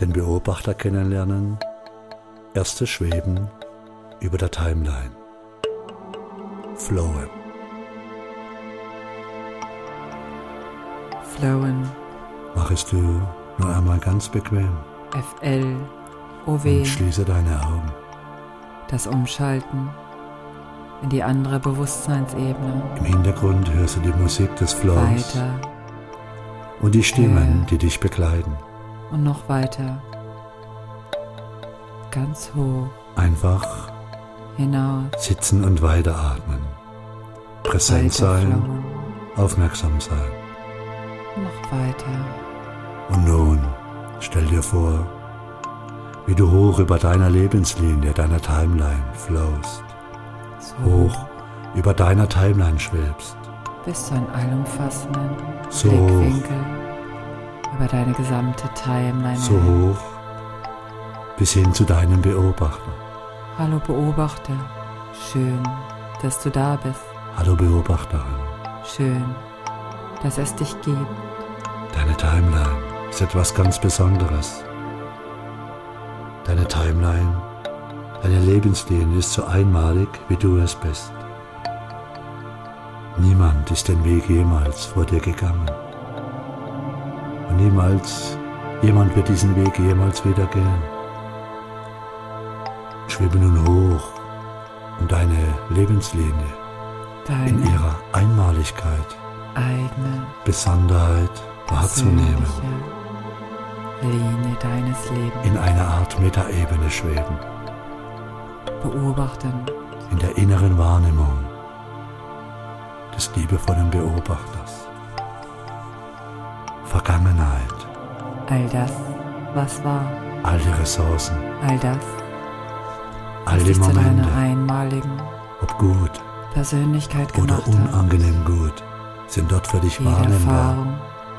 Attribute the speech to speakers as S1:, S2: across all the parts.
S1: den Beobachter kennenlernen, erste Schweben über der Timeline. Flowen.
S2: Flowen.
S1: Mach es du nur einmal ganz bequem
S2: FL.
S1: und
S2: OW.
S1: schließe deine Augen.
S2: Das Umschalten in die andere Bewusstseinsebene.
S1: Im Hintergrund hörst du die Musik des Flows
S2: Weiter
S1: und die Stimmen,
S2: Ja.
S1: die dich begleiten.
S2: und noch weiter. Ganz hoch
S1: Einfach
S2: hinaus.
S1: sitzen und weiteratmen. Präsent sein,
S2: Weiterflowen.
S1: aufmerksam sein.
S2: Noch weiter.
S1: Und nun stell dir vor, wie du hoch über deiner Lebenslinie, deiner Timeline flowst,
S2: So
S1: hoch über deiner Timeline schwebst,
S2: bis zu einem allumfassenden
S1: So hoch.
S2: Blickwinkel über deine gesamte Timeline.
S1: so hoch bis hin zu deinem Beobachter.
S2: Hallo Beobachter. Schön, dass du da bist.
S1: Hallo Beobachterin,
S2: Schön, dass es dich gibt.
S1: deine Timeline ist etwas ganz Besonderes. Deine Timeline, deine Lebenslinie ist so einmalig, wie du es bist. Niemand ist den Weg jemals vor dir gegangen. Und niemals, jemand wird diesen Weg jemals wieder gehen. Schwebe nun hoch um deine Lebenslinie in
S2: Deine
S1: ihrer Einmaligkeit,
S2: eigene
S1: Besonderheit wahrzunehmen.
S2: persönliche Linie deines Lebens
S1: in einer Art Metaebene schweben,
S2: beobachten.
S1: in der inneren Wahrnehmung des liebevollen Beobachters. Vergangenheit,
S2: All das, was war,
S1: all die Ressourcen,
S2: all das,
S1: all
S2: was
S1: die
S2: dich zu deiner
S1: Momente,
S2: einmaligen
S1: ob gut
S2: Persönlichkeit
S1: oder
S2: gemacht hat.
S1: unangenehm gut, sind dort für dich
S2: Jede
S1: wahrnehmbar
S2: Erfahrung,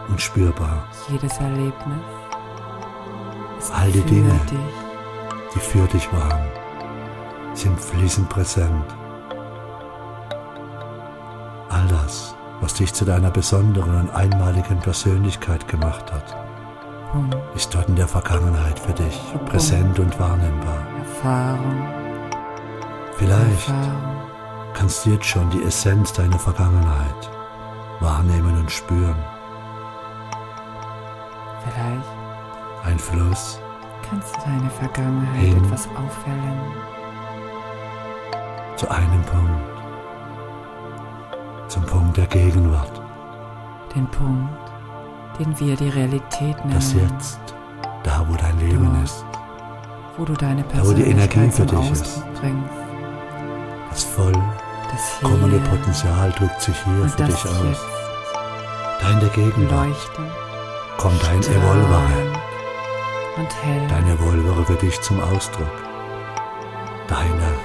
S1: und spürbar.
S2: jedes Erlebnis ist
S1: All die
S2: für
S1: Dinge.
S2: dich.
S1: die für dich waren, sind fließend präsent. All das, was dich zu deiner besonderen und einmaligen Persönlichkeit gemacht hat,
S2: Punkt.
S1: ist dort in der Vergangenheit für dich präsent und wahrnehmbar.
S2: Erfahrung,
S1: Vielleicht
S2: Erfahrung,
S1: kannst du jetzt schon die Essenz deiner Vergangenheit wahrnehmen und spüren.
S2: vielleicht
S1: Ein Fluss,
S2: kannst du deine Vergangenheit
S1: Hin.
S2: etwas aufhellen.
S1: zu einem Punkt, zum Punkt der Gegenwart,
S2: Den Punkt, den wir die Realität nennen,
S1: das Jetzt, da wo dein
S2: Genau.
S1: Leben ist.
S2: wo du deine
S1: wo die Energie
S2: Persönlichkeit
S1: für
S2: zum
S1: dich ist.
S2: Ausdruck bringst.
S1: Das vollkommene
S2: Das hier
S1: Potenzial drückt sich hier
S2: und
S1: für
S2: das
S1: dich aus.
S2: jetzt
S1: Da in der Gegenwart
S2: leuchtend,
S1: kommt dein
S2: strahlend
S1: Evolvere.
S2: und hell.
S1: Dein Evolvere für dich zum Ausdruck. Da in der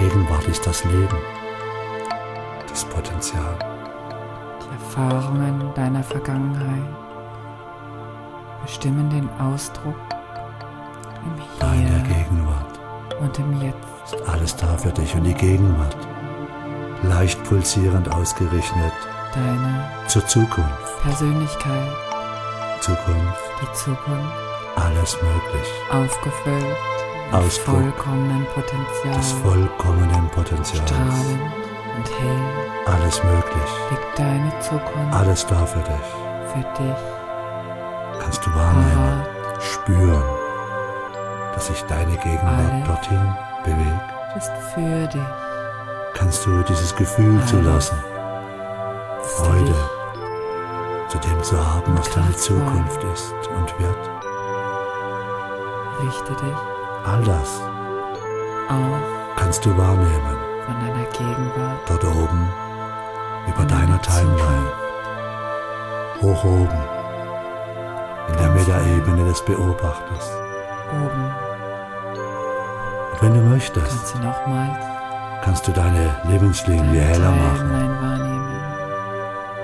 S1: Gegenwart ist das Leben, das Potenzial.
S2: Die Erfahrungen deiner Vergangenheit bestimmen den Ausdruck im
S1: Da in der
S2: Hier
S1: Gegenwart
S2: und im Jetzt.
S1: ist alles da für dich und die Gegenwart. Leicht pulsierend ausgerichtet
S2: Deine
S1: zur Zukunft.
S2: Persönlichkeit,
S1: Zukunft,
S2: die Zukunft,
S1: alles möglich.
S2: aufgefüllt mit
S1: Ausdruck.
S2: vollkommenem
S1: Das
S2: Potenzial,
S1: vollkommene Potenzial.
S2: strahlend und hell
S1: Alles möglich.
S2: liegt deine Zukunft
S1: Alles da für dich.
S2: für dich
S1: kannst du wahrnehmen,
S2: parat.
S1: spüren, dass sich deine Gegenwart
S2: Alles.
S1: dorthin bewegt.
S2: Ist für dich.
S1: Kannst du dieses Gefühl
S2: Alles.
S1: zulassen,
S2: Ist
S1: Freude
S2: Dich.
S1: zu dem zu haben, was deine
S2: Kraftvoll.
S1: Zukunft ist und wird.
S2: Richte dich
S1: All das
S2: aus
S1: kannst du wahrnehmen,
S2: von deiner Gegenwart.
S1: dort oben, über
S2: von
S1: deiner Timeline,
S2: Zukunft.
S1: hoch oben, in der
S2: Ganz
S1: Metaebene des Beobachters.
S2: Oben
S1: Und wenn du möchtest,
S2: kannst du nochmals
S1: kannst du deine Lebenslinie
S2: deine
S1: heller machen,
S2: Timeline wahrnehmen.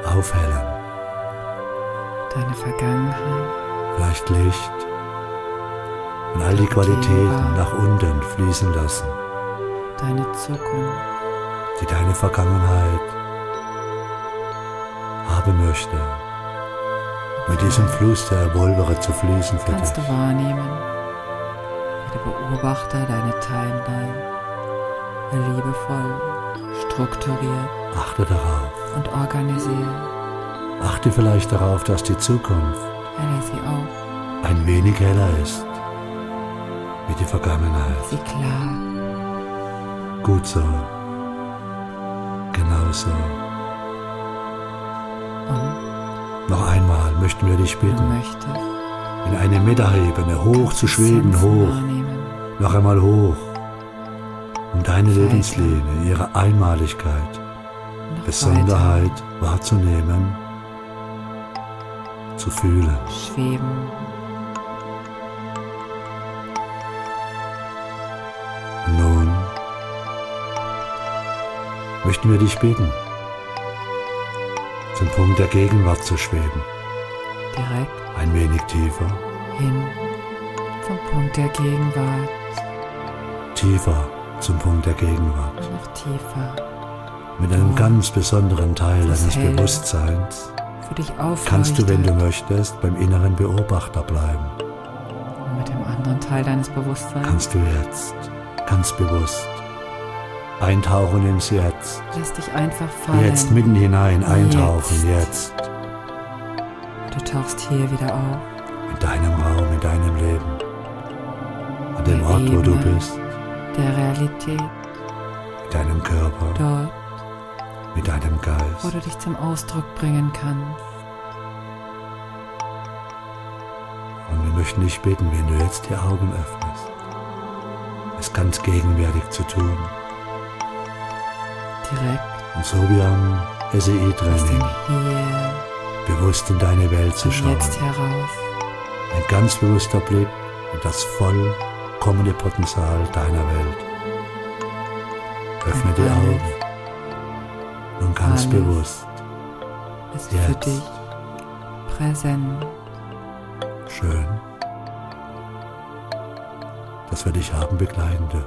S1: aufhellen,
S2: Deine Vergangenheit,
S1: vielleicht Licht und all die Qualitäten nach unten fließen lassen,
S2: deine Zukunft,
S1: die deine Vergangenheit haben möchte. mit diesem Fluss der Revolvere zu fließen
S2: kannst
S1: verdarf.
S2: du wahrnehmen, wie der Beobachter deine Timeline liebevoll, strukturiert
S1: Achte darauf.
S2: und organisiert.
S1: Achte vielleicht darauf, dass die Zukunft
S2: Helle sie auf,
S1: ein wenig heller ist wie die Vergangenheit.
S2: sie klar,
S1: Gut so. Genau so.
S2: und
S1: Noch einmal möchten wir dich
S2: du
S1: bitten,
S2: möchtest
S1: in eine Metaebene hoch zu
S2: die
S1: schweben,
S2: Essenz
S1: hoch.
S2: wahrnehmen,
S1: noch einmal hoch, um deine
S2: Weiter.
S1: Lebenslinie, ihre Einmaligkeit,
S2: noch
S1: Besonderheit wahrzunehmen, zu fühlen.
S2: weiter schweben,
S1: Und nun möchten wir dich bitten, zum Punkt der Gegenwart zu schweben,
S2: direkt
S1: ein wenig tiefer,
S2: hin zum Punkt der Gegenwart,
S1: tiefer zum Punkt der Gegenwart,
S2: noch tiefer,
S1: mit einem ganz besonderen Teil
S2: Oh. Das
S1: deines
S2: Helle.
S1: Bewusstseins.
S2: für dich aufleuchtet.
S1: Kannst du, wenn du möchtest, beim inneren Beobachter bleiben.
S2: Und mit dem anderen Teil deines Bewusstseins
S1: kannst du jetzt ganz bewusst eintauchen ins Jetzt.
S2: lass dich einfach fallen.
S1: Jetzt mitten hinein eintauchen,
S2: Jetzt.
S1: jetzt.
S2: Du tauchst hier wieder auf,
S1: In deinem Raum, in deinem Leben. An dem
S2: Der
S1: Ort, wo du
S2: Ebene.
S1: bist.
S2: der Realität,
S1: Mit deinem Körper,
S2: dort,
S1: mit deinem
S2: wo
S1: Geist.
S2: du dich zum Ausdruck bringen kannst.
S1: Und wir möchten dich bitten, wenn du jetzt die Augen öffnest, es ganz gegenwärtig zu tun.
S2: Direkt
S1: Und so wie am
S2: aus dem
S1: SEI-Training,
S2: Hier
S1: bewusst in deine Welt zu
S2: und
S1: schauen.
S2: Jetzt heraus.
S1: Ein ganz bewusster Blick in das vollkommene Potenzial deiner Welt. Öffne die
S2: Und alles.
S1: Augen. Nun ganz
S2: Alles.
S1: bewusst.
S2: Ist für
S1: Jetzt.
S2: dich präsent.
S1: Schön, dass wir dich haben begleiten dürfen.